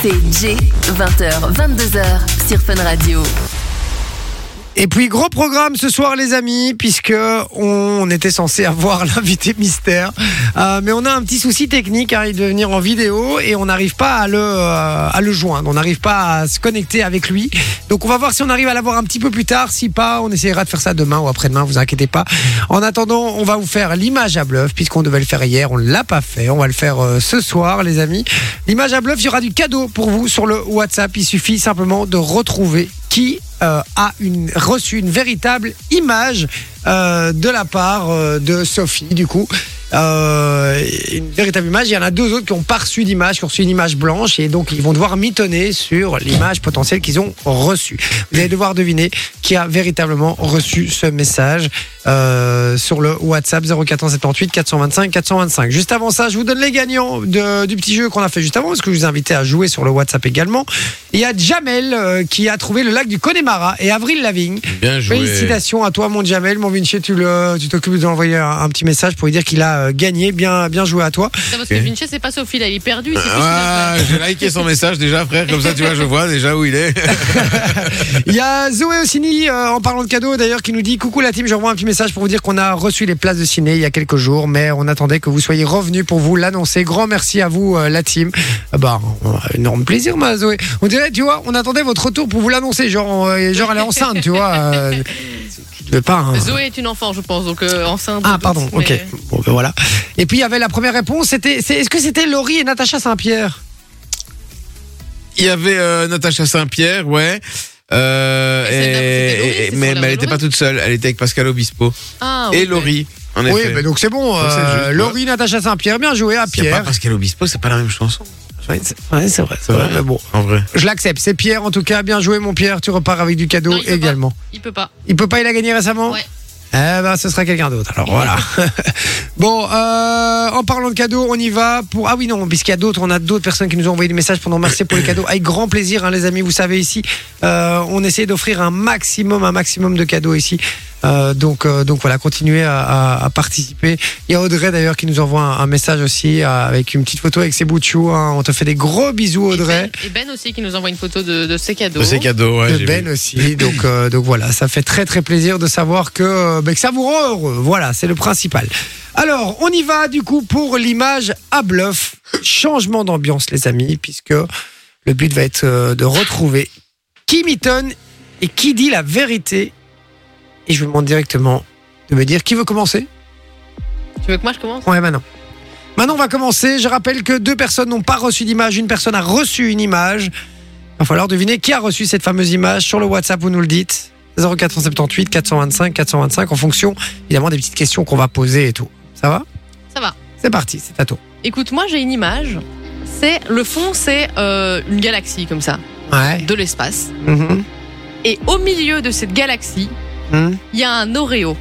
C'est J, 20h, 22h sur Fun Radio. Et puis gros programme ce soir les amis puisque on était censé avoir l'invité mystère Euh, mais on a un petit souci technique hein, il devait venir en vidéo et on n'arrive pas à le euh, à le joindre on n'arrive pas à se connecter avec lui donc on va voir si on arrive à l'avoir un petit peu plus tard si pas on essaiera de faire ça demain ou après-demain vous inquiétez pas en attendant on va vous faire l'image à bluff puisqu'on devait le faire hier on l'a pas fait on va le faire euh, ce soir les amis l'image à bluff il y aura du cadeau pour vous sur le WhatsApp il suffit simplement de retrouver qui euh, a une, reçu une véritable image euh, de la part euh, de Sophie, du coup. Euh, une véritable image. Il y en a deux autres qui ont pas reçu d'image, qui ont reçu une image blanche, et donc ils vont devoir mitonner sur l'image potentielle qu'ils ont reçue. Vous allez devoir deviner qui a véritablement reçu ce message euh, sur le WhatsApp 0478 425 425. Juste avant ça, je vous donne les gagnants de- du petit jeu qu'on a fait juste avant, parce que je vous invitais à jouer sur le WhatsApp également. Il y a Jamel euh, qui a trouvé le lac du Connemara et Avril Lavigne. Bien joué. Félicitations à toi, mon Jamel. Mon Vinci, tu le- tu t'occupes de l'envoyer un, un petit message pour lui dire qu'il a euh, gagné. Bien, bien joué à toi. Ça, parce que Ok. Vinci, c'est pas Sophie, là, il est perdu. c'est plus Ah, j'ai liké son message déjà, frère. Comme ça, tu vois, je vois déjà où il est. Il y a Zoé Ossini, euh, en parlant de cadeaux d'ailleurs, qui nous dit Coucou la team, j'envoie un petit message pour vous dire qu'on a reçu les places de ciné il y a quelques jours, mais on attendait que vous soyez revenus pour vous l'annoncer. Grand merci à vous, euh, la team. Ah Bah, on a énorme plaisir, ma Zoé. On dirait, tu vois, on attendait votre retour pour vous l'annoncer. Genre, euh, genre, elle est enceinte, tu vois. euh, tu devais pas. hein. notre- Zoé est une enfant, je pense, donc euh, enceinte. Ah doute, pardon, mais- ok. Bon ben voilà. Et puis il y avait la première réponse, c'était c'est- est-ce que c'était Laurie et Natacha Saint-Pierre Il y avait euh, Natacha Saint-Pierre, ouais. Euh, Et celle-là, c'était Laurie, et- et- c'est mais celle-là mais elle de n'était pas Laurie. toute seule. Elle était avec Pascal Obispo Ah, et oui, Laurie. En Oui, effet. ben donc c'est bon. Donc, c'est euh, juste, ouais. Laurie, Natacha Saint-Pierre, bien joué à C'est pas Pierre. Pascal Obispo, c'est pas la même chanson. Ouais, c'est ouais, c'est vrai, c'est Ouais. vrai. mais bon, En vrai. je l'accepte. C'est Pierre en tout cas. Bien joué mon Pierre. Tu repars avec du cadeau Non, il peut également. mais Il peut pas. Il peut pas, il a gagné récemment. Ouais. Eh ben, ce sera quelqu'un d'autre. Alors voilà. bon, euh, en parlant de cadeaux, on y va pour. Ah oui, non, puisqu'il y a d'autres, on a d'autres personnes qui nous ont envoyé des messages pour nous remercier pour les cadeaux. Avec grand plaisir, hein, les amis. Vous savez ici, euh, on essaie d'offrir un maximum, un maximum de cadeaux ici. Euh, donc, euh, donc voilà, continuez à, à- à participer. Il y a Audrey d'ailleurs qui nous envoie un, un message aussi euh, avec une petite photo avec ses bouts de chou, hein. On te fait des gros bisous, Audrey. Et ben, et ben aussi qui nous envoie une photo de, de ses cadeaux. C'est cadeau, ouais. de j'ai Ben vu. aussi. Donc, euh, donc voilà, ça fait très très plaisir de savoir que, euh, ben, que ça vous rend heureux. Voilà, c'est le principal. Alors, on y va du coup pour l'image à bluff. Changement d'ambiance, les amis, puisque le but va être euh, de retrouver qui mitonne et qui dit la vérité. Et je vous demande directement de me dire qui veut commencer. Tu veux que moi je commence Ouais, Manon. Manon, on va commencer. Je rappelle que deux personnes n'ont pas reçu d'image. Une personne a reçu une image. Il va falloir deviner qui a reçu cette fameuse image. Sur le WhatsApp, vous nous le dites. 0478 425 425 en fonction, évidemment, des petites questions qu'on va poser et tout. Ça va Ça va. C'est parti, c'est à toi. Écoute, moi j'ai une image. C'est le fond, c'est euh, une galaxie comme ça, Ouais. de l'espace. Mhm. Et au milieu de cette galaxie, il y a un Oreo.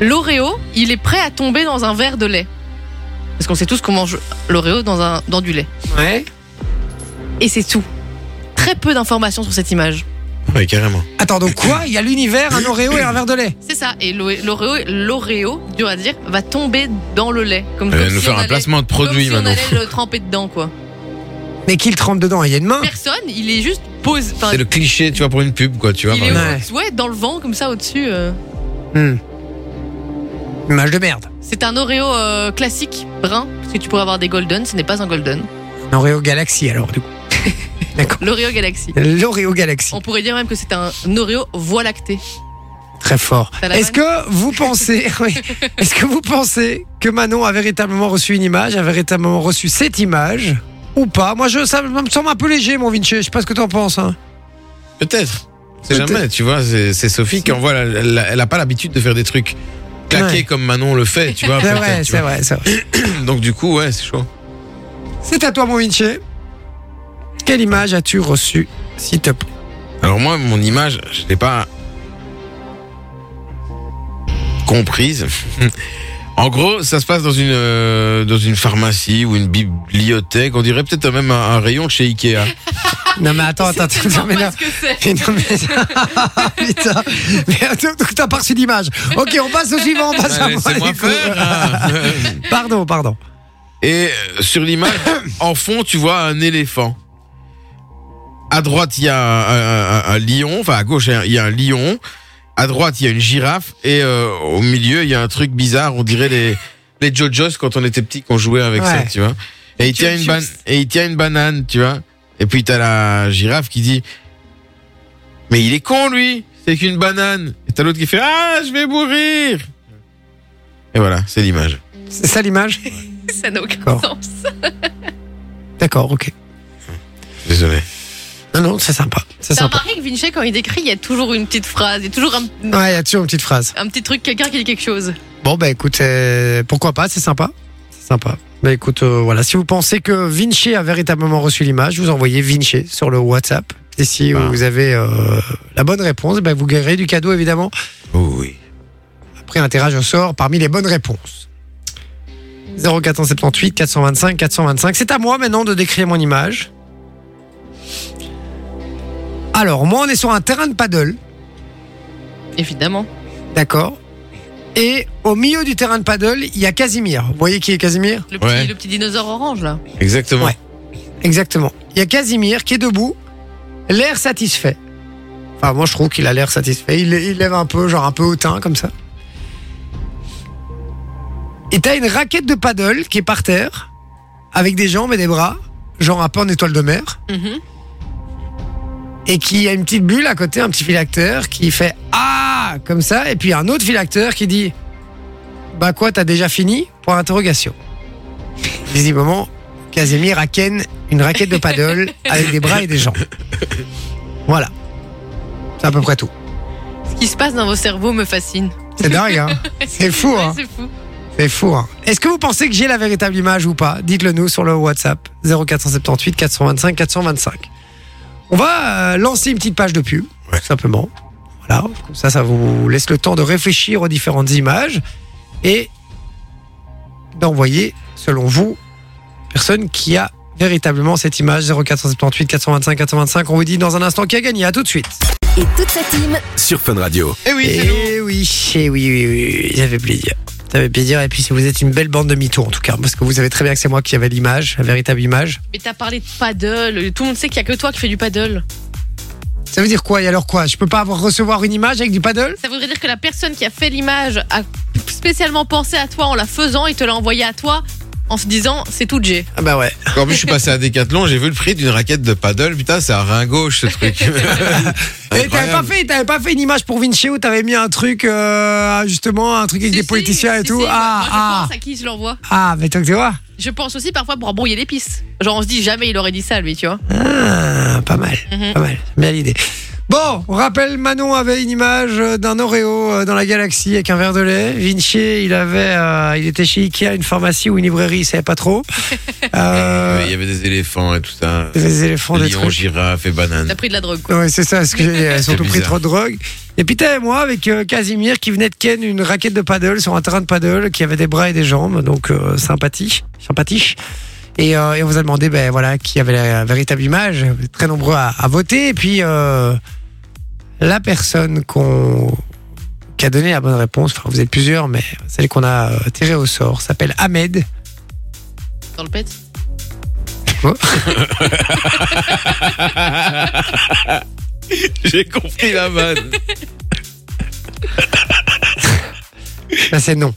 L'Oreo, il est prêt à tomber dans un verre de lait. Parce qu'on sait tous qu'on mange l'Oreo dans, un- dans du lait. Ouais. Et c'est tout. Très peu d'informations sur cette image. Ouais, carrément. Attends, donc quoi Il y a l'univers, un Oreo et un verre de lait. C'est ça. Et l'O- l'Oreo, l'Oreo, dur à dire, va tomber dans le lait. Comme, Elle comme va nous si faire on un allait- placement de comme produit si on maintenant. allait le tremper dedans, quoi. Mais qui le trempe dedans Il y a une main Personne, il est juste posé. enfin, C'est le hein. cliché, tu vois, pour une pub, quoi, tu vois. il par est exemple. exemple. au- ouais, dans le vent, comme ça, au-dessus. euh. Hmm. Image de merde. C'est un Oreo euh, classique, brun, parce que tu pourrais avoir des golden, ce n'est pas un golden. Un Oreo Galaxy, alors, du coup. D'accord. L'Oreo Galaxy. L'Oreo Galaxy. On pourrait dire même que c'est un Oreo voie lactée. Très fort. T'as la Est-ce que vous pensez, oui, est-ce que vous pensez que Manon a véritablement reçu une image, a véritablement reçu cette image ou pas Moi, je, ça me semble un peu léger, mon Vinci. Je sais pas ce que t'en penses. hein. Peut-être. C'est Peut-être. jamais, tu vois, c'est c'est Sophie qui envoie, la- la- elle, a pas l'habitude de faire des trucs claqués Ouais. comme Manon le fait, tu vois. C'est peut-être, vrai, tu c'est vois. vrai, c'est vrai. Donc du coup, ouais, c'est chaud. C'est à toi, mon Vinci. Quelle image as-tu reçue, s'il te plaît Alors moi, mon image, je l'ai pas comprise. en gros, ça se passe dans une euh, dans une pharmacie ou une bibliothèque. On dirait peut-être même un, un rayon de chez Ikea. Non, mais attends, attends, Ah, C'est attends, tellement mais pas là- ce que c'est. mais non, mais putain, mais attends, donc t'as pas reçu d'image. Ok, on passe au suivant, on passe à Laissez-moi moi, les couilles. faire. hein. Pardon, pardon. Et euh, sur l'image, en fond, tu vois un éléphant. À droite, il y a un, un- un- un lion. Enfin, à gauche, il y a un- il y a un lion. À droite, il y a une girafe. Et euh, au milieu, il y a un truc bizarre. On dirait les, les JoJo's quand on était petit, qu'on jouait avec ça, Ouais. tu vois. Et il, tient une ban- et il tient une banane, tu vois. Et puis, t'as la girafe qui dit Mais il est con, lui C'est qu'une banane. Et t'as l'autre qui fait Ah, je vais mourir Et voilà, c'est l'image. C'est ça l'image Ça n'a aucun D'accord. sens. D'accord, ok. Désolé. Non, non, c'est sympa. C'est T'as sympa. remarqué que Vinci, quand il décrit, il y a toujours une petite phrase, il y a toujours un, Ouais, il y a toujours une petite phrase. un petit truc, quelqu'un qui dit quelque chose. Bon, bah écoute, euh, pourquoi pas, c'est sympa. C'est sympa. Bah écoute, euh, voilà, si vous pensez que Vinci a véritablement reçu l'image, vous envoyez Vinci sur le WhatsApp. Et si Ah. vous avez euh, la bonne réponse, bah, vous gagnerez du cadeau évidemment. Oh oui. Après un tirage au sort parmi les bonnes réponses. 0478 425 425. C'est à moi maintenant de décrire mon image. Alors, moi, on est sur un terrain de paddle. Évidemment. D'accord. Et au milieu du terrain de paddle, il y a Casimir. Vous voyez qui est Casimir Le petit, Ouais. le petit dinosaure orange, là. Exactement. Ouais. Exactement. Il y a Casimir qui est debout, l'air satisfait. Enfin, moi, je trouve qu'il a l'air satisfait. Il, il lève un peu, genre un peu hautain, comme ça. Et t'as une raquette de paddle qui est par terre, avec des jambes et des bras, genre un peu en étoile de mer, Mhm. et qui a une petite bulle à côté, un petit phylactère, qui fait Ah comme ça, et puis un autre phylactère qui dit Bah quoi, t'as déjà fini Point interrogation. Visiblement, Casemir a ken une raquette de paddle avec des bras et des jambes. Voilà. C'est à peu près tout. Ce qui se passe dans vos cerveaux me fascine. C'est dingue, hein C'est fou, Ouais, hein C'est fou. C'est fou, hein Est-ce que vous pensez que j'ai la véritable image ou pas Dites-le nous sur le WhatsApp 0478 425 425. On va euh, lancer une petite page de pub, tout simplement. Voilà, comme ça, ça vous laisse le temps de réfléchir aux différentes images et d'envoyer, selon vous, personne qui a véritablement cette image 0478 425 425. On vous dit dans un instant qui a gagné. À tout de suite. Et toute sa team sur Fun Radio. Eh oui, c'est nous. Eh oui, eh oui, oui, oui, oui, ça fait plaisir. Ça fait plaisir. Et puis, si vous êtes une belle bande de mythos, en tout cas, parce que vous savez très bien que c'est moi qui avais l'image, la véritable image. Mais t'as parlé de paddle. Tout le monde sait qu'il y a que toi qui fais du paddle. Ça veut dire quoi Et alors quoi Je peux pas avoir- recevoir une image avec du paddle Ça voudrait dire que la personne qui a fait l'image a spécialement pensé à toi en la faisant et te l'a envoyée à toi en se disant c'est tout G. Ah bah ouais. En plus, je suis passé à Decathlon, j'ai vu le prix d'une raquette de paddle. Putain, c'est à rein gauche ce truc. Et t'avais pas Incroyable. fait, t'avais pas fait une image pour Vinci où t'avais mis un truc, euh, justement, un truc avec des Si, si, politiciens et si, tout. si, moi, ah, Je ah, pense à qui je l'envoie. ah, mais toi, tu vois Je pense aussi parfois pour embrouiller les pistes. Genre on se dit jamais il aurait dit ça lui, tu vois. Ah, pas mal, Mhm. pas mal. Bien l'idée. Bon, on rappelle, Manon avait une image euh, d'un Oreo euh, dans la galaxie avec un verre de lait. Vinci, il avait, euh, il était chez Ikea, une pharmacie ou une librairie, il savait pas trop. Euh, Il y avait des éléphants et tout ça. les éléphants, des Lion, trucs. girafe et banane. T'as pris de la drogue quoi. Ouais, c'est ça, ce que j'ai dit, elles ont C'est tout pris bizarre. trop de drogue. Et puis t'as et moi avec euh, Casimir qui venait de ken une raquette de paddle sur un terrain de paddle qui avait des bras et des jambes, donc euh, sympathique, sympathiche. Et, euh, et on vous a demandé ben, voilà, qui avait la véritable image. Vous êtes Très nombreux à, à voter. Et puis euh, la personne qu'on qui a donné la bonne réponse, enfin vous êtes plusieurs, mais celle qu'on a euh, tirée au sort s'appelle Ahmed. Dans le pet. J'ai compris la vanne. Là, c'est non.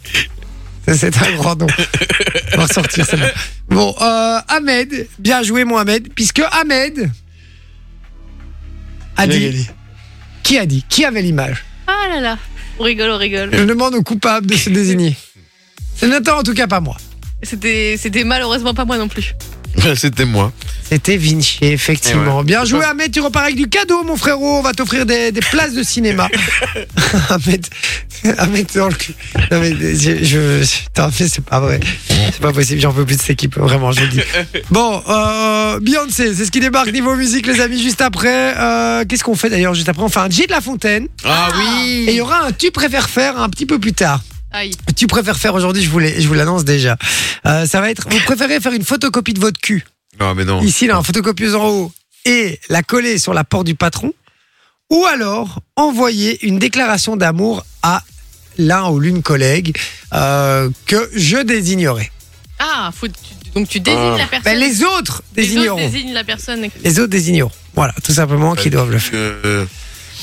Ça, C'est un grand nom. On va ressortir celle-là. Bon, euh, Ahmed, bien joué, mon Ahmed, puisque Ahmed a dit. Qui a dit Qui avait l'image Ah là là. On rigole, on rigole. Je demande au coupable de se désigner. C'est Nathan, en tout cas, pas moi. C'était, c'était malheureusement pas moi non plus. C'était moi. C'était Vinci, effectivement. Et Bien joué, Ahmed. Tu repars avec du cadeau, mon frérot. On va t'offrir des, des places de cinéma. Ahmed, Ahmed, dans le cul. Non, mais je. je- putain, mais c'est pas vrai. C'est pas possible. J'en peux plus de cette équipe. Vraiment, je le dis. Bon, euh, Beyoncé, c'est ce qui débarque niveau musique, les amis, juste après. Euh, Qu'est-ce qu'on fait d'ailleurs juste après On fait un J de la Fontaine. Ah Et il y oui. aura un Tu préfères faire un petit peu plus tard. Aïe. Tu préfères faire aujourd'hui, je vous l'ai- je vous l'annonce déjà. Euh, ça va être. Vous préférez faire une photocopie de votre cul Non, mais non. Ici, là, un photocopieuse en haut et la coller sur la porte du patron. Ou alors envoyer une déclaration d'amour à l'un ou l'une collègue euh, que je désignerai. Ah, faut- tu- donc tu désignes Ah. la personne. Ben, les autres Les autres désigneront. désignent la personne. Les autres désigneront. Voilà, tout simplement, qui doivent le faire. Euh,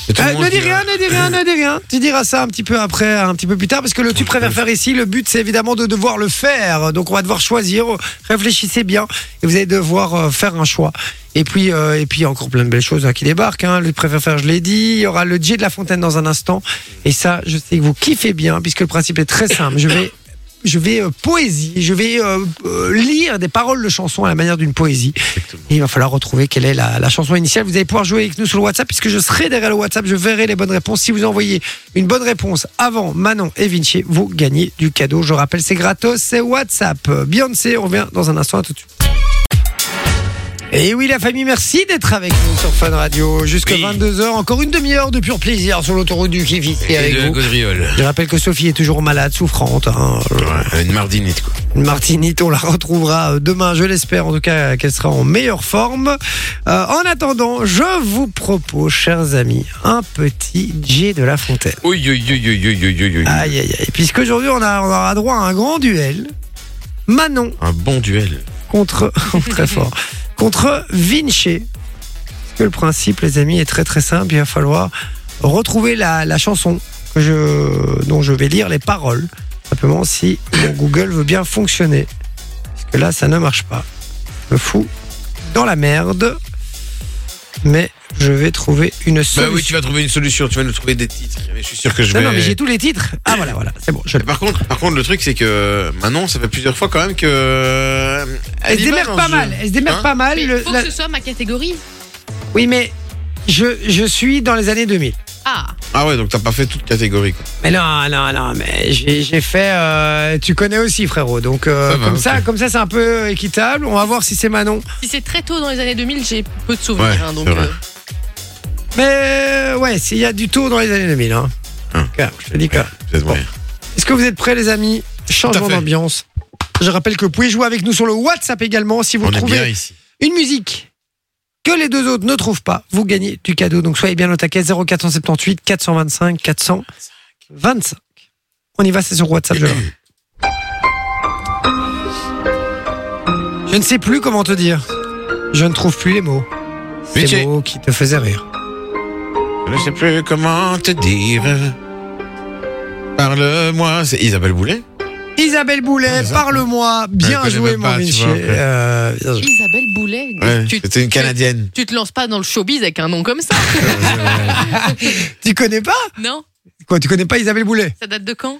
mais tout le Euh, monde ne dis dira- rien, ne dis rien, ne dis rien. Tu diras ça un petit peu après, un petit peu plus tard, parce que le tu préfères faire ici, le but c'est évidemment de devoir le faire. Donc on va devoir choisir, réfléchissez bien, et vous allez devoir euh, faire un choix. Et puis, euh, et puis encore plein de belles choses hein, qui débarquent. Hein. Le préfère faire, je l'ai dit. Il y aura le DJ de la Fontaine dans un instant. Et ça, je sais que vous kiffez bien, puisque le principe est très simple. Je vais, je vais euh, poésie, je vais euh, euh, lire des paroles de chansons à la manière d'une poésie. Et il va falloir retrouver quelle est la, la chanson initiale. Vous allez pouvoir jouer avec nous sur le WhatsApp puisque je serai derrière le WhatsApp. Je verrai les bonnes réponses. Si vous envoyez une bonne réponse avant Manon et Vinci, vous gagnez du cadeau. Je rappelle, c'est gratos, c'est WhatsApp. Euh, Beyoncé, on revient dans un instant. À tout de suite. Et oui, la famille, merci d'être avec nous sur Fun Radio. Jusque Oui. 22h, encore une demi-heure de pur plaisir sur l'autoroute du Kifi. Et avec de vous. gaudriole. Je rappelle que Sophie est toujours malade, souffrante. hein. Ouais, une mardinite, quoi. Martinite, on la retrouvera euh, demain, je l'espère en tout cas qu'elle sera en meilleure forme. Euh, en attendant, je vous propose, chers amis, un petit J de la Fontaine. Oui, oui, oui, oui, oui, oui, oui, oui. Aïe, aïe, aïe. Puisqu'aujourd'hui, on, a- on aura droit à un grand duel. Manon Un bon duel. Bah contre... très fort. Contre Vinci. Parce que le principe, les amis, est très très simple. Il va falloir retrouver la, la chanson que je, dont je vais lire les paroles. Simplement, si mon Google veut bien fonctionner. Parce que là, ça ne marche pas. Je me fous dans la merde. Mais je vais trouver une Bah solution. oui, tu vas trouver une solution, tu vas nous trouver des titres. Mais je suis sûr que je non, vais. non, mais j'ai tous les titres. Ah voilà, voilà, c'est bon. Je... Mais Par contre, par contre, le truc, c'est que euh, maintenant, ça fait plusieurs fois quand même euh, que. Elle se y va démerde dans ce pas jeu. mal. Elle se démerde Hein pas mal. Mais Le- faut la- que ce soit ma catégorie. Oui, mais je, je suis dans les années 2000. Ah, Ah ouais, donc t'as pas fait toute catégorie, quoi. Mais non, non, non, mais j'ai j'ai fait. euh, tu connais aussi, frérot. Donc, euh, Ça va, comme, ok. ça, comme ça, c'est un peu équitable. On va voir si c'est Manon. si c'est très tôt dans les années 2000, j'ai peu de souvenirs. Ouais, hein, donc, c'est vrai. euh, Mais euh, ouais, s'il y a du taux dans les années 2000. Hein. Hein. Ok, je te dis quoi. Peut-être Bon. moyen. Est-ce que vous êtes prêts, les amis Changement fait. d'ambiance. Je rappelle que vous pouvez jouer avec nous sur le WhatsApp également. Si vous On est bien trouvez ici. une musique que les deux autres ne trouvent pas, vous gagnez du cadeau. Donc, soyez bien au taquet 0478 425 425. On y va, c'est sur WhatsApp. Je, je ne sais plus comment te dire. Je ne trouve plus les mots. Ces Vinci. mots qui te faisaient rire. Je sais plus comment te dire. Parle-moi. C'est Isabelle Boulet Isabelle Boulet, Ah, ça. parle-moi. Bien connais joué, même mon pas, tu Vinci. vois, après. Euh, bien joué. Isabelle Boulet. Ouais, tu, c'était une Canadienne. tu te lances pas dans le showbiz avec un nom comme ça. tu connais pas non Quoi, tu connais pas Isabelle Boulet Ça date de quand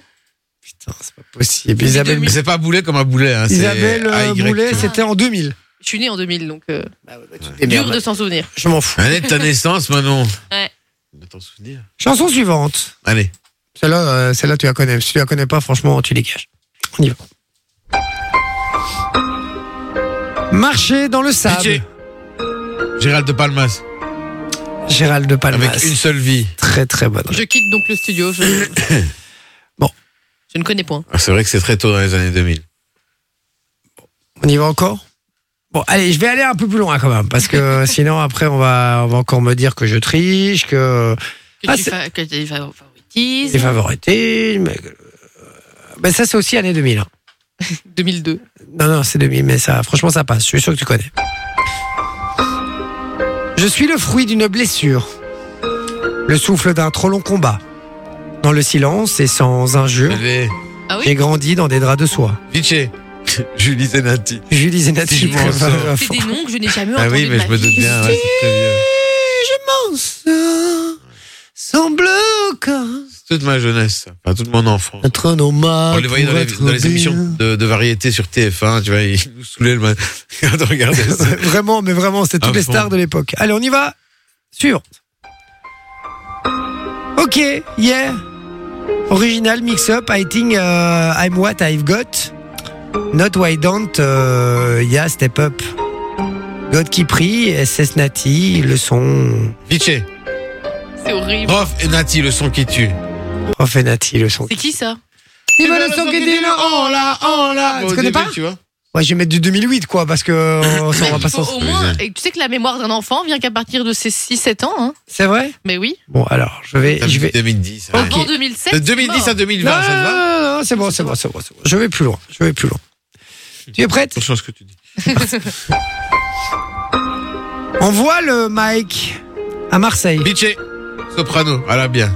Putain, c'est pas possible. Mais Isabelle, Mais c'est pas Boulet comme un boulet. Hein, c'est Ah. Isabelle euh, AY. Boulet, c'était en 2000. Je suis née en 2000, donc euh, Eh dur bah, de s'en souvenir. Je m'en fous. Année de ta naissance, Manon. Ouais. De t'en souvenir. Chanson suivante. Allez. Celle-là, euh, celle-là, tu la connais. Si tu la connais pas, franchement, tu dégages. On y va. Marcher dans le sable. Pitié. Gérald de Palmas. Gérald de Palmas. Avec une seule vie. Très très bonne. Je quitte donc le studio. je- Bon. Je ne connais point. Ah, c'est vrai que c'est très tôt dans les années 2000. On y va encore Bon, allez, je vais aller un peu plus loin quand même, parce que sinon après on va, on va encore me dire que je triche, que Que Ah, tu c'est- fa- que tu fa- c'est favoritisme. favoritisme. Mais, que- mais ça c'est aussi année 2000. hein. 2002. Non, non, c'est 2000, mais ça, franchement ça passe, je suis sûr que tu connais. Je suis le fruit d'une blessure, le souffle d'un trop long combat. Dans le silence et sans injure, Allez. Ah oui j'ai grandi dans des draps de soie. Vinci. Julie Zenati. Julie Zenati, Si je m'en sors. C'est des noms que je n'ai jamais Ah entendus. oui, mais de je ma me doute vie. bien. ouais, c'est très vieux. je m'en sors, semble que Toute ma jeunesse, ça. enfin toute mon enfance. Notre nomade On les voyait dans pour les, être dans les émissions bien. de, de variété sur TF1, tu vois, ils nous saoulaient le matin quand on regardait ça. vraiment, mais vraiment, c'était toutes À les fond. stars de l'époque. Allez, on y va. Sur. Ok, yeah. Original mix-up, I think euh, I'm what I've got. Not why don't, euh, yeah, step up. God qui prie, SS Nati, le son. Vichy, C'est horrible. Prof et Nati, le son qui tue. Prof et Nati, le son. C'est qui ça Tu veux le son qui dit le oh là, oh là. Au Tu connais Ah, début, pas tu vois Ouais, je vais mettre du 2008, quoi, parce que euh, ça, on va Il pas faut s'en au moins. Et tu sais que la mémoire d'un enfant vient qu'à partir de ses 6-7 ans. Hein. C'est vrai Mais oui. Bon, alors, je vais. Ça me Je dit vais... 2010. Ok. Euh, ouais. Avant 2007. hein. De c'est mort. 2010 à Non, 2020, ça te va non, non, non, c'est bon, c'est bon, c'est bon, c'est bon. Je vais plus loin. Je vais plus loin. Tu es prête Attention à ce que tu dis. On voit le Mike à Marseille. Bitché. Soprano. Ah là, bien.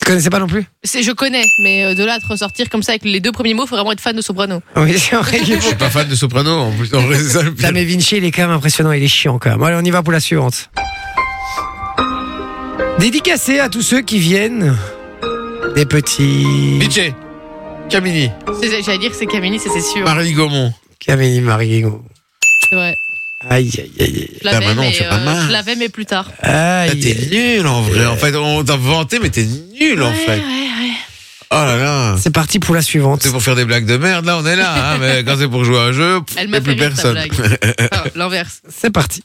Tu connaissais pas non plus C'est- Je connais, mais euh, de là à te ressortir comme ça avec les deux premiers mots, faut vraiment être fan de Soprano. Oui, c'est vrai. Je suis pas fan de Soprano. En plus, en vrai, c'est ça, le pire. Putain, mais Vinci, il est quand même impressionnant, il est chiant quand même. Allez, on y va pour la suivante. Dédicacé à tous ceux qui viennent des petits. Bitché. Camini. C'est- J'allais dire que c'est Camini, c'est c'est sûr. Marie Gaumont. Camille Marie. C'est vrai. Aïe, aïe, aïe, Je l'avais, Bah, maintenant, mais, c'est pas euh, mal. je l'avais, mais plus tard. aïe. Ah, t'es Aïe. nul en vrai. En fait, on t'a vanté, mais t'es nul en Ouais, fait. ouais, ouais. Oh là là. C'est parti pour la suivante. C'est pour faire des blagues de merde, là on est là, hein, mais quand c'est pour jouer à un jeu, pff, Elle y a m'a plus fait rire, ta personne. Ah, blague. Euh. Enfin, Ah, L'inverse. C'est parti.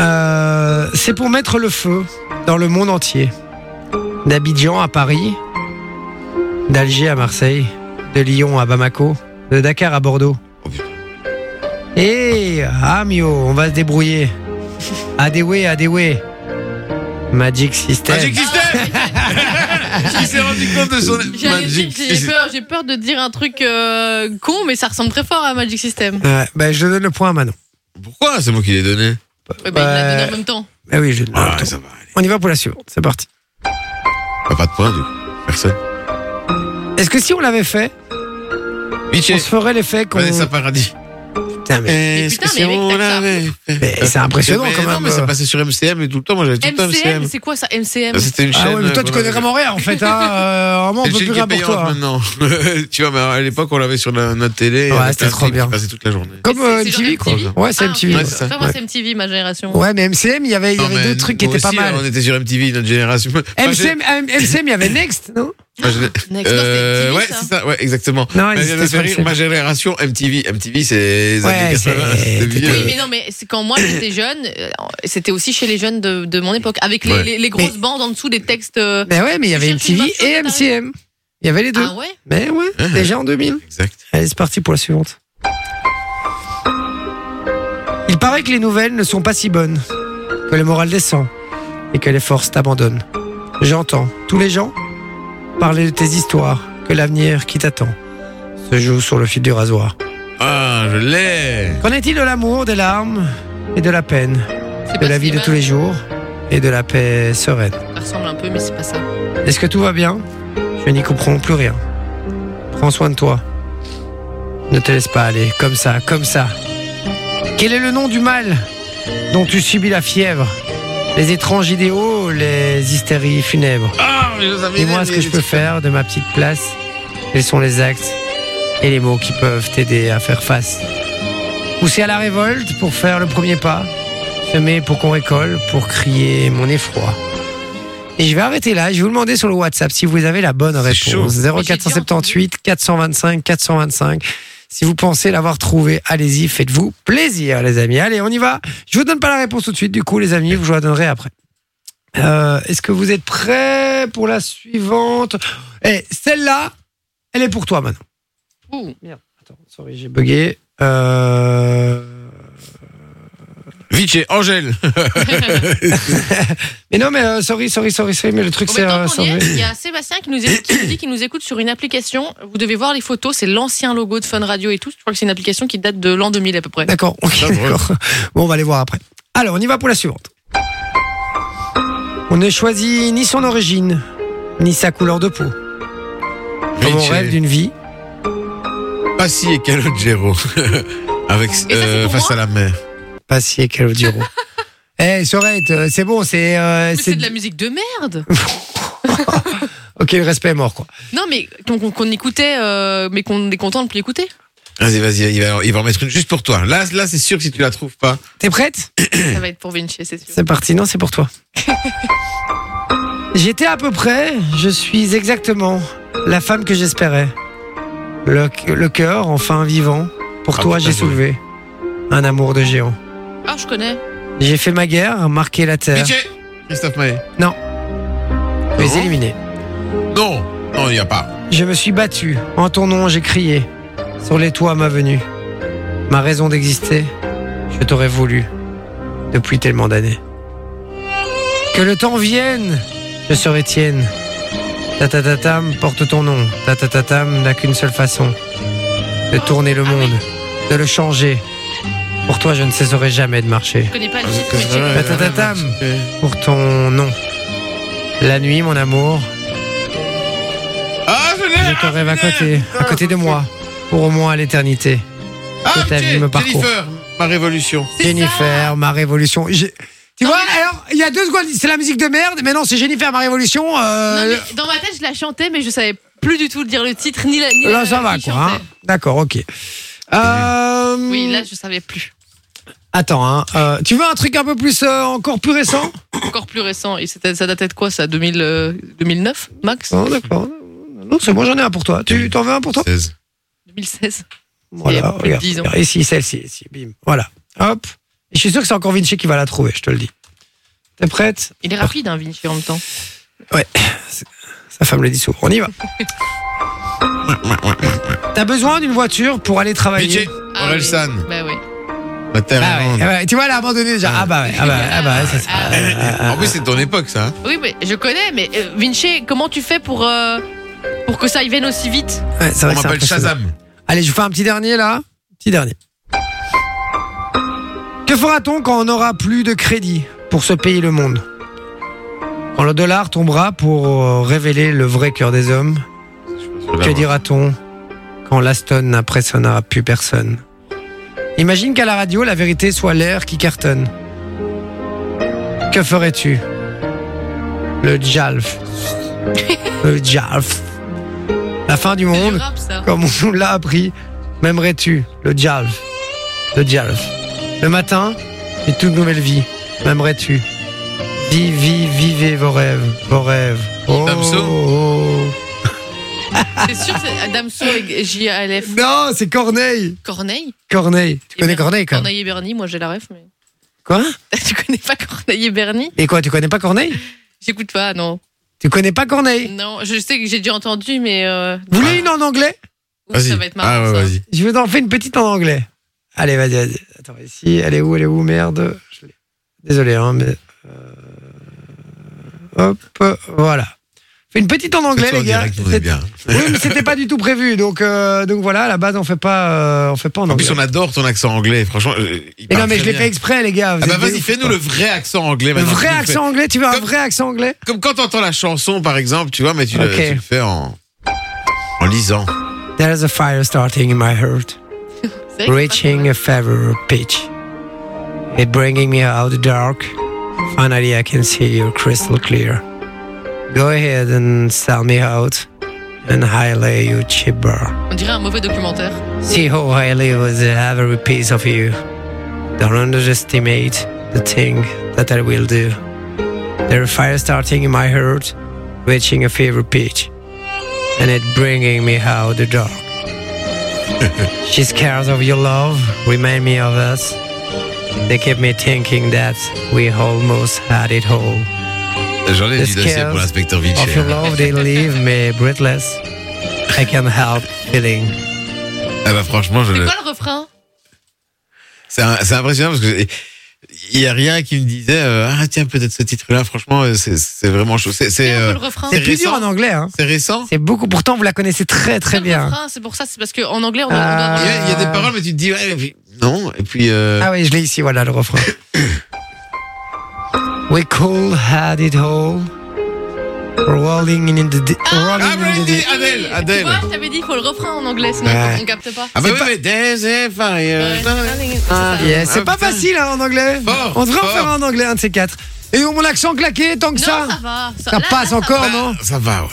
Euh, c'est pour mettre le feu dans le monde entier. D'Abidjan à Paris, d'Alger à Marseille, de Lyon à Bamako, de Dakar à Bordeaux. Oh putain. Et Amio, on va se débrouiller. Adewe, Adewe. Magic System. Magic System Il s'est rendu compte de son. Ah, J'allais dire, Magic J'ai System. peur, j'ai peur de dire un truc euh, con, mais ça ressemble très fort à Magic System. Ouais, ben, je donne le point à Manon. Pourquoi C'est moi qui l'ai donné. Ouais, bah, il l'a Ouais. donné en même temps. Ah oui, je donne le Ah, point. ça va, allez. On y va pour la suivante. C'est parti. Bah, Pas de point, du coup. Personne. Est-ce que si on l'avait fait, Miché, on se ferait l'effet qu'on. Vanessa Paradis. Putain, mais- Est-ce putain, mais avec ta carte. fait Mais Eh, c'est impressionnant Mais quand Non, même. Ah mais ça passait sur MCM et tout le temps, moi j'avais tout le temps MCM, MCM. c'est quoi ça, MCM C'était une chaîne. Ah ouais, mais toi tu qu'on connais avait- vraiment rien en fait. Hein. Euh, vraiment, on euh, C'est une peut chaîne plus qui est rien pour payante toi. hein. maintenant. tu vois, mais à l'époque on l'avait sur la- notre télé. Ouais, avec c'était un trop type bien. qui passait toute la journée. Comme C'est- euh, c'est genre MTV quoi. MTV. Ouais, c'est Ah, MTV. ok. ouais, c'est ça. Enfin, moi, Ouais. c'est MTV, ma génération. Ouais, mais MCM, il y avait, il y Non, avait mais deux trucs qui nous étaient pas aussi, On mal. était sur MTV, notre génération. Enfin, j'ai- MCM, euh, MCM, il y avait Next, non Ma géné- Next, non, c'était Euh, MTV, ouais, ça. c'est ça, ouais, exactement. Non, Mais ils ça étaient me fait sur rire, MCM. ma génération MTV. MTV, c'est les Ouais, années 80, c'est- c'était vieux. Oui, mais non, mais c'est quand moi j'étais jeune, euh, c'était aussi chez les jeunes de, de mon époque, avec les, Ouais. les- les grosses Mais- bandes en dessous des textes. euh, Mais ouais, mais il y avait Je cherche une MTV bonne et chose, t'arrives. MCM. Il y avait les deux. Ah ouais Mais ouais, Ah. déjà en 2000. Exact. Allez, c'est parti pour la suivante. Il paraît que les nouvelles ne sont pas si bonnes, que le moral descend et que les forces t'abandonnent. J'entends tous les gens parler de tes histoires, que l'avenir qui t'attend se joue sur le fil du rasoir. Ah, je l'ai. Qu'en est-il de l'amour, des larmes et de la peine, C'est de pas la si vie de mal. tous les jours et de la paix sereine Ça ressemble un peu, mais c'est pas ça. Est-ce que tout va bien Je n'y comprends plus rien. Prends soin de toi. Ne te laisse pas aller, comme ça, comme ça. Quel est le nom du mal dont tu subis la fièvre Les étranges idéaux, les hystéries funèbres. Ah, mais je savais. Et moi, ce que je peux faire de ma petite place, quels sont les actes et les mots qui peuvent t'aider à faire face Pousser à la révolte pour faire le premier pas, semer pour qu'on récolte, pour crier mon effroi. Et je vais arrêter là, je vais vous demander sur le WhatsApp si vous avez la bonne chaud. réponse. Mais j'ai déjà 0478 425 425. Si vous pensez l'avoir trouvé, allez-y, faites-vous plaisir, les amis. Allez, on y va. Je vous donne pas la réponse tout de suite, du coup, les amis, je vous la donnerai après. Euh, Est-ce que vous êtes prêts pour la suivante Eh, celle-là, elle est pour toi, Manon. Ouh. Oh, Attends, sorry, j'ai bugué. Euh... Vichy, Angèle. Mais non, mais euh, sorry, sorry, sorry, sorry, mais le truc, En c'est... même temps euh, qu'on y sorry. est, il y a Sébastien qui nous, écoute, qui nous dit qu'il nous écoute sur une application. Vous devez voir les photos, c'est l'ancien logo de Fun Radio et tout. Je crois que c'est une application qui date de l'an 2000 à peu près. D'accord, ok, Ah, drôle. d'accord. Bon, on va les voir après. Alors, on y va pour la suivante. On ne choisit ni son origine, ni sa couleur de peau. Comme on rêve Vichy. d'une vie. Passy et Calogero. Avec, Et ça, c'est euh, pour face moi à la mer. Passier Calogero. Eh, Sorette, euh, c'est bon, c'est. euh, Mais c'est- c'est de la musique de merde Ok, le respect est mort, quoi. Non, mais qu'on qu'on- qu'on écoutait, euh, mais qu'on est content de plus écouter. Vas-y, vas-y, il va, il va en mettre une juste pour toi. Là, là, c'est sûr que si tu la trouves pas. T'es prête Ça va être pour Vinci, c'est sûr. C'est parti, non, c'est pour toi. J'étais à peu près, je suis exactement la femme que j'espérais. Le, le cœur, enfin vivant, pour Ah, toi putain, j'ai je- soulevé un amour de géant. Ah, je connais. J'ai fait ma guerre, marqué la terre, Vichy, Christophe Maé. mais Non. éliminé. Non, non, il n'y a pas. Je me suis battu, en ton nom j'ai crié, sur les toits ma venue. Ma raison d'exister, je t'aurais voulu, depuis tellement d'années. Que le temps vienne, je serai tienne, Tatatatam porte ton nom. Tatatatam n'a qu'une seule façon de tourner le monde, de le changer. Pour toi, je ne cesserai jamais de marcher. Ah, Je connais pas le titre, mais j'ai- Patatatam. Pour ton nom. La nuit, mon amour, Ah, je l'ai je te ah, rêve à je l'ai. côté, à côté de moi, pour au moins l'éternité. Ah, ta ok, vie me parcourt. Jennifer, ma révolution. C'est Jennifer, ma révolution. J'ai- Tu vois, mais alors, il y a deux secondes, c'est la musique de merde, mais non, c'est Jennifer, ma révolution. Non, euh, mais dans ma tête, je la chantais, mais je savais plus du tout dire le titre ni la. ni la- Là, ça va, qui quoi. chantait. hein. D'accord, ok. Euh, Oui, là, je savais plus. Attends, hein, euh, tu veux un truc un peu plus, euh, encore plus récent encore plus récent. Et c'était- ça datait de quoi ça 2000, euh, 2009 max Non, d'accord. Non, c'est bon, j'en ai un pour toi. Tu t'en veux un pour toi 16. 2016 Il y a Voilà, plus de regarde. dix ans. regarde, Ici, celle-ci, ici, bim. Voilà. Hop. Et je suis sûr que c'est encore Vinci qui va la trouver, je te le dis. T'es prête Il est rapide, hein, Vinci, en même temps. Sa femme le dit souvent. On y va. T'as besoin d'une voiture pour aller travailler. Vinci, Orelsan, Bah ouais. la terre Bah est ouais, ronde. ah ouais, tu vois, elle a abandonné déjà. Ah bah ouais, ah bah, ouais, ah bah Ah, ouais, ça, ça- En plus, c'est de ton époque, ça. hein. Oui, mais je connais, mais euh, Vinci, comment tu fais pour, euh, pour que ça y vienne aussi vite ouais, c'est On vrai que c'est m'appelle impressionnant. Shazam. Allez, je vous fais un petit dernier là. Petit dernier. Que fera-t-on quand on n'aura plus de crédit pour se payer le monde Quand le dollar tombera pour euh, révéler le vrai cœur des hommes, que dira-t-on quand l'Aston n'impressionnera plus personne Imagine qu'à la radio, la vérité soit l'air qui cartonne. Que ferais-tu Le Jalf. Le Jalf. La fin du C'est du monde rap, ça. comme on nous l'a appris, m'aimerais-tu le Jalf Le Jalf. Le matin, et toute nouvelle vie, m'aimerais-tu Vive, vive, vivez vos rêves, vos rêves. Oh, Damso oh. C'est sûr, c'est Adamso et JALF Non, c'est Corneille. Corneille. Corneille. Tu Et connais Ber- Corneille, quand même. Corneille et Bernie, moi j'ai la ref, mais. Quoi tu connais pas Corneille et Bernie Et quoi, tu connais pas Corneille J'écoute pas, non. Tu connais pas Corneille Non, je sais que j'ai déjà entendu, mais. euh, Vous voulez une en anglais ouh, Vas-y. ça va être Ah marrant. ouais, ça. vas-y. Je vais en faire une petite en anglais. Allez, vas-y, vas-y. Attends, ici, elle est où, elle est où, merde Je l'ai. Désolé, hein, mais... euh, Hop, euh, voilà. Fais une petite en anglais, C'est toi, les gars. direct, on est bien. Oui, mais c'était pas du tout prévu. Donc, euh, donc voilà, à la base, on fait pas, euh, on fait pas en En anglais. plus, on adore ton accent anglais, franchement. euh, il Et parle non, mais je très l'ai bien. fait exprès, les gars. vous Ah bah êtes des vas-y, ouf, fais-nous quoi. le vrai accent anglais Le maintenant. vrai Tu le accent anglais, tu veux un Comme- vrai accent anglais fais. Comme quand t'entends la chanson, par exemple, tu vois, mais tu, le- Ok. tu le fais en, en lisant. There's a fire starting in my heart, C'est vrai que c'est pas reaching a fever pitch. It bringing me out of the dark. Finally, I can see you crystal clear. Go ahead and sell me out and highlight you cheaper. mal. On dirait un mauvais documentaire. See how I live with every piece of you. Don't underestimate the thing that I will do. There are fire starting in my heart, reaching a fever pitch, and it bringing me out the dark. She's scared of your love, remind me of us. They keep me thinking that we almost had it all. J'en ai The du dossier Scales pour l'inspecteur Vichy. Of your love, they leave me breathless. I can't help feeling. Ah bah franchement, je C'est le- quoi le refrain c'est un- c'est impressionnant parce que il y a rien qui me disait euh, ah tiens peut-être ce titre-là. Franchement, euh, c'est- c'est vraiment chaud. C'est c'est C'est un peu euh, le refrain. c'est récent. anglais, hein. c'est récent. C'est beaucoup. Pourtant, vous la connaissez très très C'est le bien. refrain, C'est pour ça, c'est parce qu'en anglais, on, on Ah. Il y, doit. a, il y a des paroles, mais tu te dis ouais, et puis non. Et puis euh, Ah oui, je l'ai ici, voilà le refrain. We cool had it all. Rolling in the. di- Rolling ah, in the Brandy, di- Adèle, Tu Adèle. vois, je t'avais dit qu'il faut le refrain en anglais, sinon Ouais. on capte pas. Ah bah oui, mais There's a fire. Ah, yeah, C'est Ah, pas putain. facile hein, en anglais. Fort, On devrait en fort. faire un en anglais, un de ces quatre. Et mon accent claqué, tant que Non, ça. ça, va. Ça, Ça là, passe là, encore, va. non Ça va. Ouais.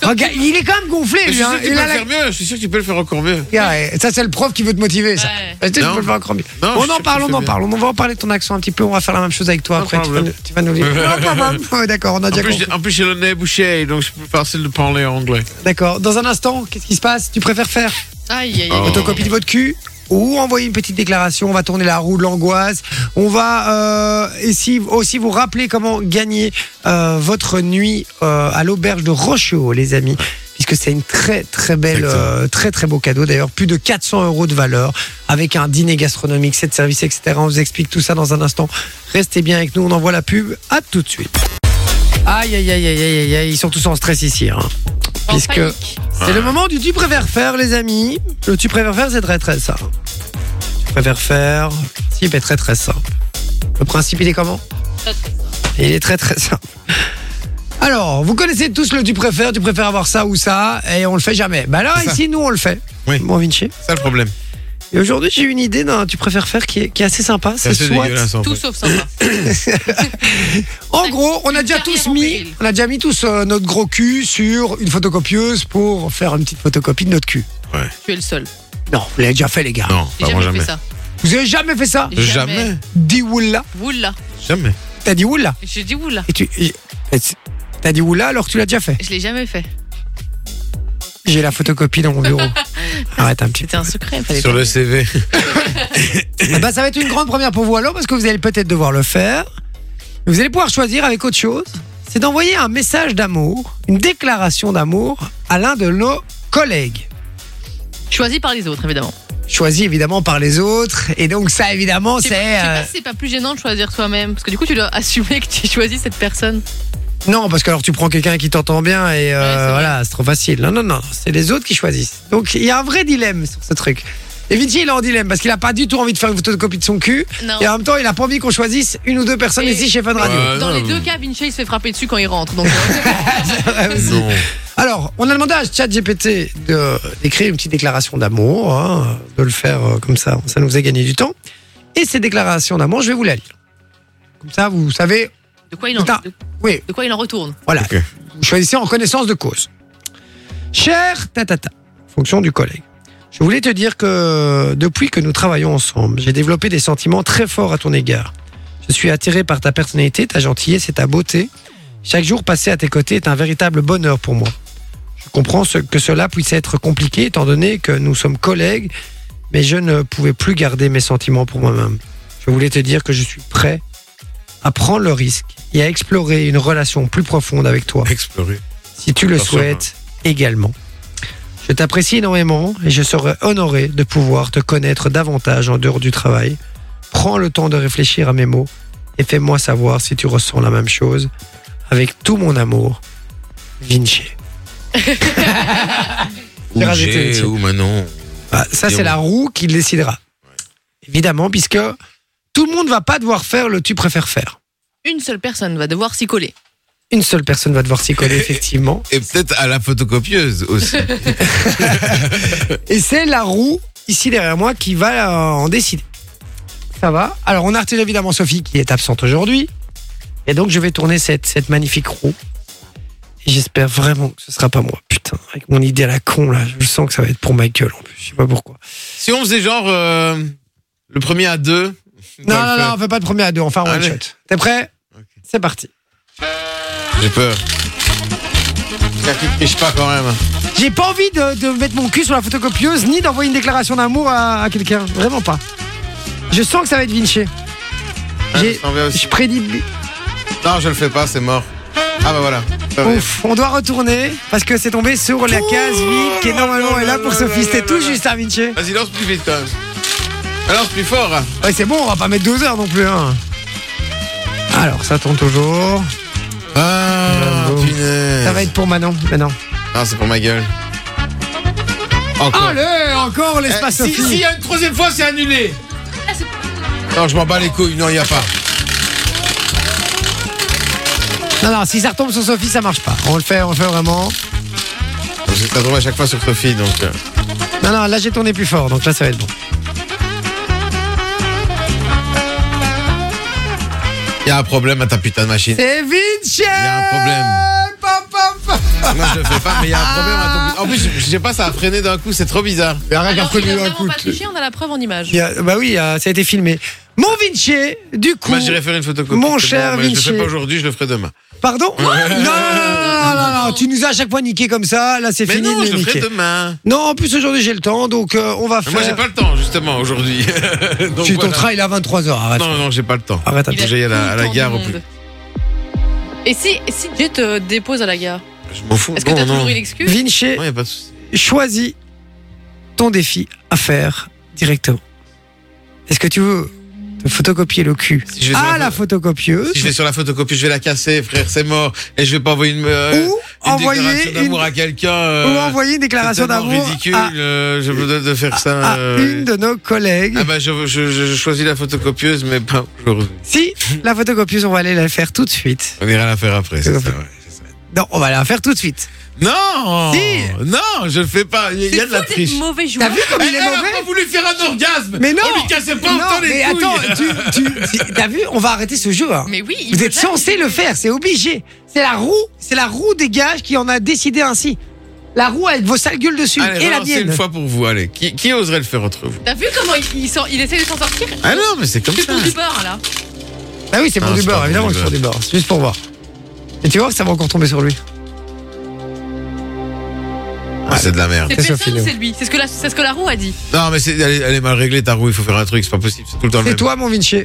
Regarde, il est quand même gonflé, Mais je lui. suis hein. sûr que tu Il peux a le la- faire mieux. Je suis sûr que tu peux le faire encore mieux. Ah ouais, Ça, c'est le prof qui veut te motiver, ça. Ouais. Vas-y, tu Non. peux le faire encore mieux. Non, je on sais en que parle, tu on fais en bien. parle. On va en parler de ton accent un petit peu. On va faire la même chose avec toi Pas de après. Tu vas, problème. nous- tu vas nous dire. Non, pas mal. Ouais, D'accord, on a En déjà compris. plus, en plus, j'ai le nez bouché, donc c'est plus facile de parler anglais. D'accord. Dans un instant, qu'est-ce qui se passe Tu préfères faire Aïe, aïe, aïe. Oh. Autocopie de votre cul ou envoyer une petite déclaration, on va tourner la roue de l'angoisse, on va euh, essayer- aussi vous rappeler comment gagner euh, votre nuit euh, à l'auberge de Rocheau, les amis, puisque c'est une très très belle, Exactement. euh, très très beau cadeau, d'ailleurs plus de 400 euros de valeur, avec un dîner gastronomique, 7 services, etc. On vous explique tout ça dans un instant, restez bien avec nous, on envoie la pub, à tout de suite. Aïe aïe aïe aïe aïe aïe, aïe, ils sont tous en stress ici. hein. puisque panique. c'est le moment du tu préfères faire, les amis. Le tu préfères faire, c'est très très simple. Tu préfères faire, le principe est très très simple. Le principe, il est comment Il est très très simple. Alors, vous connaissez tous le tu préfères, tu préfères avoir ça ou ça, et on le fait jamais. Bah là, C'est ça. ici, nous, on le fait. Oui. Bon, Vinci. ça le problème. Et aujourd'hui, j'ai une idée d'un tu préfères faire qui est, qui est assez sympa. C'est C'est assez soit. dégueulasse en Tout fait. sauf sympa. En gros, on a déjà Carrière tous en mis, péril. on a déjà mis tous euh, notre gros cul sur une photocopieuse pour faire une petite photocopie de notre cul. Tu es le seul. Non, vous l'avez déjà fait, les gars. Non, J'ai vraiment jamais, jamais. fait ça. Vous avez jamais fait ça Jamais. Dis Oula. Oula. Jamais. T'as dit Oula J'ai dit oula. Et tu. et- et- T'as dit Oula alors que tu l'as déjà fait. Je l'ai jamais fait. J'ai la photocopie dans mon bureau. Arrête un petit peu. C'était un secret. Fallait Sur pas. le CV. Eh ben, ça va être une grande première pour vous alors parce que vous allez peut-être devoir le faire. Vous allez pouvoir choisir avec autre chose. C'est d'envoyer un message d'amour, une déclaration d'amour à l'un de nos collègues. Choisi par les autres, évidemment. choisi évidemment par les autres. Et donc ça évidemment Je sais pas- c'est... je sais euh, pas si c'est pas plus gênant de choisir soi-même. Parce que du coup, tu dois assumer que tu choisis cette personne. Non parce que alors tu prends quelqu'un qui t'entend bien et euh, Ouais, c'est vrai. voilà c'est trop facile. Non non non c'est les autres qui choisissent. Donc il y a un vrai dilemme sur ce truc. Et Vinci il est en dilemme parce qu'il a pas du tout envie de faire une photocopie de son cul Non. et en même temps il a pas envie qu'on choisisse une ou deux personnes Et- ici chez Fun Radio. Ouais. Ah, Dans non, les mais- deux cas, Vinci il se fait frapper dessus quand il rentre. Donc, euh, Non. Alors on a demandé à ChatGPT de d'écrire une petite déclaration d'amour, hein, de le faire euh, comme ça, ça nous faisait gagner du temps. Et ces déclarations d'amour je vais vous la lire. Comme ça vous savez, de quoi il en, Putain. de, oui de quoi il en retourne voilà. Ok. Vous choisissez en connaissance de cause. Cher tatata, fonction du collègue. Je voulais te dire que depuis que nous travaillons ensemble, j'ai développé des sentiments très forts à ton égard. Je suis attiré par ta personnalité, ta gentillesse et ta beauté. Chaque jour passé à tes côtés est un véritable bonheur pour moi. Je comprends ce- que cela puisse être compliqué étant donné que nous sommes collègues, mais je ne pouvais plus garder mes sentiments pour moi-même. Je voulais te dire que je suis prêt à prendre le risque et à explorer une relation plus profonde avec toi Explorer. si tu le Attention, souhaites également. Je t'apprécie énormément et je serai honoré de pouvoir te connaître davantage en dehors du travail. Prends le temps de réfléchir à mes mots et fais-moi savoir si tu ressens la même chose. Avec tout mon amour, Vinci. J'ai Ou rajouté j'ai aussi. ou Manon. Bah, ça, Et c'est on- la roue qui le décidera. Évidemment, puisque tout le monde va pas devoir faire le tu préfères faire. Une seule personne va devoir s'y coller. Une seule personne va devoir s'y coller, effectivement. Et peut-être à la photocopieuse aussi. Et c'est la roue, ici derrière moi, qui va euh, en décider. Ça va Alors, on a retiré évidemment Sophie, qui est absente aujourd'hui. Et donc, je vais tourner cette, cette magnifique roue. Et j'espère vraiment que ce sera pas moi. Putain, avec mon idée à la con, là, je sens que ça va être pour ma gueule, en plus. Je sais pas pourquoi. si on faisait genre euh, le premier à deux. Non, dans non, le non, on fait pas de premier à deux, on fait un one Allez. shot. T'es prêt Ok. C'est parti. fait. J'ai peur. Ça qui te piche pas quand même. J'ai pas envie de, de mettre mon cul sur la photocopieuse, ni d'envoyer une déclaration d'amour à, à quelqu'un. Vraiment pas. Je sens que ça va être Vinci. Ah, J'ai- je t'en vais aussi. Je prédis Non, je le fais pas, c'est mort. Ah bah voilà. Ça va. Ouf, on doit retourner parce que c'est tombé sur la case vide qui est normalement est là pour Sophie. C'était tout juste à Vinci. Vas-y, lance plus vite quand même. Ah, Lance plus fort. hein. Ouais, c'est bon, on va pas mettre deux heures non plus. hein. Alors, ça tourne toujours. Ah, Bravo. punaise. Ça va être pour Manon. Manon. Non, c'est pour ma gueule. Encore. Allez, encore Eh, l'espace si, Ah, Sophie. s'il y a une troisième fois, c'est annulé. Non, je m'en bats les couilles. Non, il n'y a pas. Non, non, si ça retombe sur Sophie, ça marche pas. On le fait, on le fait vraiment. Parce que Ça tombe à chaque fois sur Sophie, donc. euh, Non, non, là j'ai tourné plus fort, donc là ça va être bon. Il y a un problème à ta putain de machine. C'est Vinci Il y a un problème. Ah. Pa, pa, pa. Moi, je le fais pas, mais il y a un problème à ton putain. En plus, je je sais pas, ça a freiné d'un coup, c'est trop bizarre. Mais arrête, Alors, après, Ah il a lui, vraiment pas écoute. touché, on a la preuve en image. Il y a- Bah oui, euh, ça a été filmé. Mon Vinci, du coup. Moi, j'irai faire une photocopie. Mon c'est cher mais Je le Vinci. fais pas aujourd'hui, je le ferai demain. Pardon non, non, non, non, non, non, tu nous as à chaque fois niqué comme ça, là c'est Mais fini non, de je les le ferai niquer. demain. Non, en plus aujourd'hui j'ai le temps, donc euh, on va Mais faire... Moi, j'ai pas le temps, justement, aujourd'hui. Donc, Tu voilà. ton train Ah, il est à 23h, arrête. Non, non, j'ai pas le temps. Arrête un Il peu. a J'ai à la- tout à le la temps gare du au plus. monde. Et si, et si Dieu te dépose à la gare Je m'en fous. Est-ce que Non, t'as Oh, non. toujours une Non, excuse Vinci, il y a pas de souci. choisis ton défi à faire directement. Est-ce que tu veux Te photocopier le cul Si je vais sur à la- la photocopieuse. Si je vais sur la photocopie, je vais la casser, frère, c'est mort. Et je vais pas envoyer une, euh, ou une envoyer déclaration une, d'amour à quelqu'un. ou euh, envoyer une déclaration c'est tellement d'amour ridicule, à, euh, je me donne de faire ça. à euh, une de nos collègues. Ah bah je, je- je choisis la photocopieuse, mais pas aujourd'hui. Si, la photocopieuse, on va aller la faire tout de suite. On ira la faire après, c'est ça, ouais, c'est ça. Non, on va la faire tout de suite. Non Si. Non, je le fais pas. Il y, a de la triche. mauvais T'as joueur. vu comme Elle, il est elle a pas mauvais voulu faire un orgasme Mais non On lui cassait pas Non, autant les mais couilles. attends, tu, tu- si- t'as vu, on va arrêter ce jeu. hein. Mais oui, il Vous faut êtes ça. censé le faire, c'est obligé. C'est la roue, c'est la roue des gages qui en a décidé ainsi. La roue avec vos sales gueules dessus Allez, et la balancez mienne. une fois pour vous, allez. Qui, qui oserait le faire entre vous T'as vu comment il, il, sort- il essaie de s'en sortir Ah non, mais c'est comme Juste ça. pour du beurre là. Ah oui, c'est pour Non, du c'est pas beurre, pour évidemment du que c'est pour du beurre. C'est Juste pour voir. Et tu vois, ça va encore tomber sur lui. Ah, c'est de la merde. C'est C'est personne Sophie, ou non. c'est lui C'est ce, que la- c'est ce que la roue a dit. Non, mais c'est, elle, est- elle est mal réglée ta roue, il faut faire un truc, c'est pas possible, c'est tout le temps le C'est même. toi, mon Vinci,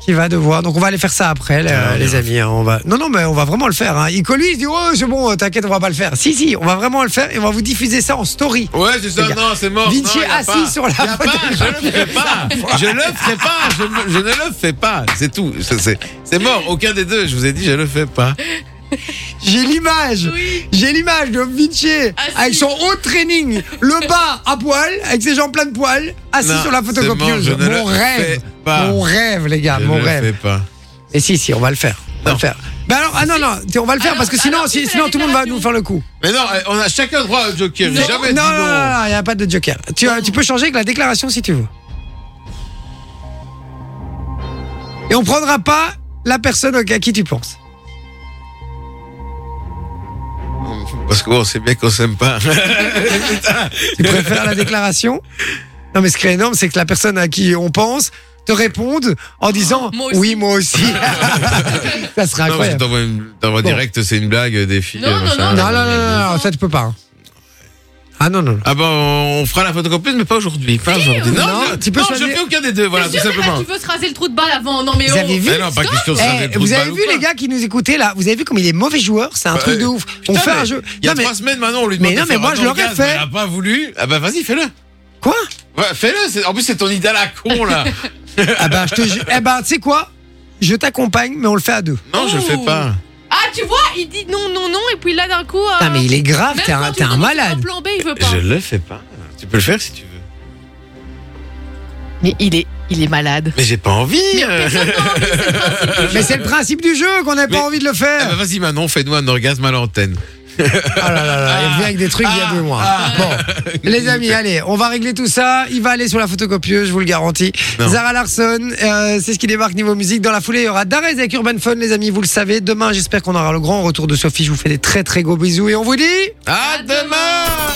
qui va devoir. Donc on va aller faire ça après, là, Ah, les bien. amis. hein, on va. Non, non, mais on va vraiment le faire. Hein. Ico, lui, il se dit oh c'est bon, euh, t'inquiète, on va pas le faire. Si, si, on va vraiment le faire et on va vous diffuser ça en story. Ouais, c'est ça, Les gars, non, c'est mort. Vinci non, y a assis pas. sur la Y a pas, Je le fais pas. Je le fais pas. Je, me- je ne le fais pas. C'est tout. C'est- C'est c'est mort. Aucun des deux. Je vous ai dit, je le fais pas. J'ai l'image. Oui. Ah, J'ai l'image de Vinci Assis. avec son haut training, le bas à poil, avec ses jambes pleines de poil, assis Non, sur la c'est mort, photocopieuse. je ne mon le rêve. fais pas. Mon rêve, les gars, Je Ah, mon ne le rêve. fais pas. Et si, si, on va le faire. On va Non. le faire. Ben alors, ah non, non, on va le faire Alors, parce que sinon, alors, si- tu fais la sinon tout le monde va nous déclaration. faire le coup. Mais non, eh, on a chacun droit au joker. J'ai jamais dit non, non. non, non, il n'y a pas de joker. Tu, euh, tu peux changer avec la déclaration si tu veux. Et on prendra pas la personne au- à qui tu penses. Parce qu'on sait bien qu'on s'aime pas. Tu préfères la déclaration Non, mais ce qui est énorme, c'est que la personne à qui on pense te réponde en disant Moi aussi. oui, moi aussi. Ça serait Non, mais je incroyable. t'envoie une- t'envoie Bon. direct, c'est une blague, des filles. euh, Non, non, machin. Non, non, non, non, non, ça tu peux pas. hein. Ah non, non. non. Ah ben, on fera la photocopieuse, mais pas aujourd'hui. Pas aujourd'hui. Non, Non, je, tu peux non, je choisir- fais aucun des deux, voilà, Mais tout je sais pas, simplement. tu veux se raser le trou de balle avant. Non mais Vous oh. avez vu Eh non, pas question de Eh, faire des trous vous de avez balle vu ou les quoi. gars qui nous écoutaient là Vous avez vu comme il est mauvais joueur C'est un Bah, truc de euh, ouf. On Putain, fait mais un jeu. Il y a Non, mais trois semaines maintenant, on lui demande. Mais non, de mais faire moi, un je l'aurais orgasme, fait. Il a pas voulu. Ah bah vas-y, fais-le. quoi Ouais, fais-le. c'est- En plus, c'est ton idole à con là. Ah bah je te jure. Eh bah tu sais quoi Je t'accompagne, mais on le fait à deux. non, je le fais pas. Ah tu vois, il dit non, non, non, et puis là d'un coup. euh, Ah mais il est grave, Même t'es quand un, tu t'es un demandes malade. plan B, il veut pas. Je le fais pas. Tu peux le faire si tu veux. Mais il est, il est malade. Mais j'ai pas envie. euh. Mais c'est le principe du jeu qu'on n'ait Mais- pas envie de le Ah bah faire. vas-y Manon, fais-nous un orgasme à l'antenne. Ah là là là, il vient avec des trucs il y a Ah, deux mois. ah. Bon, les amis, allez, on va régler tout ça. Il va aller sur la photocopieuse, je vous le garantis. Non. Zara Larson, euh, c'est ce qui débarque niveau musique. Dans la foulée, il y aura Darez avec Urban Fun, les amis, vous le savez. Demain, j'espère qu'on aura le grand retour de Sophie. Je vous fais des très très gros bisous et on vous dit... À demain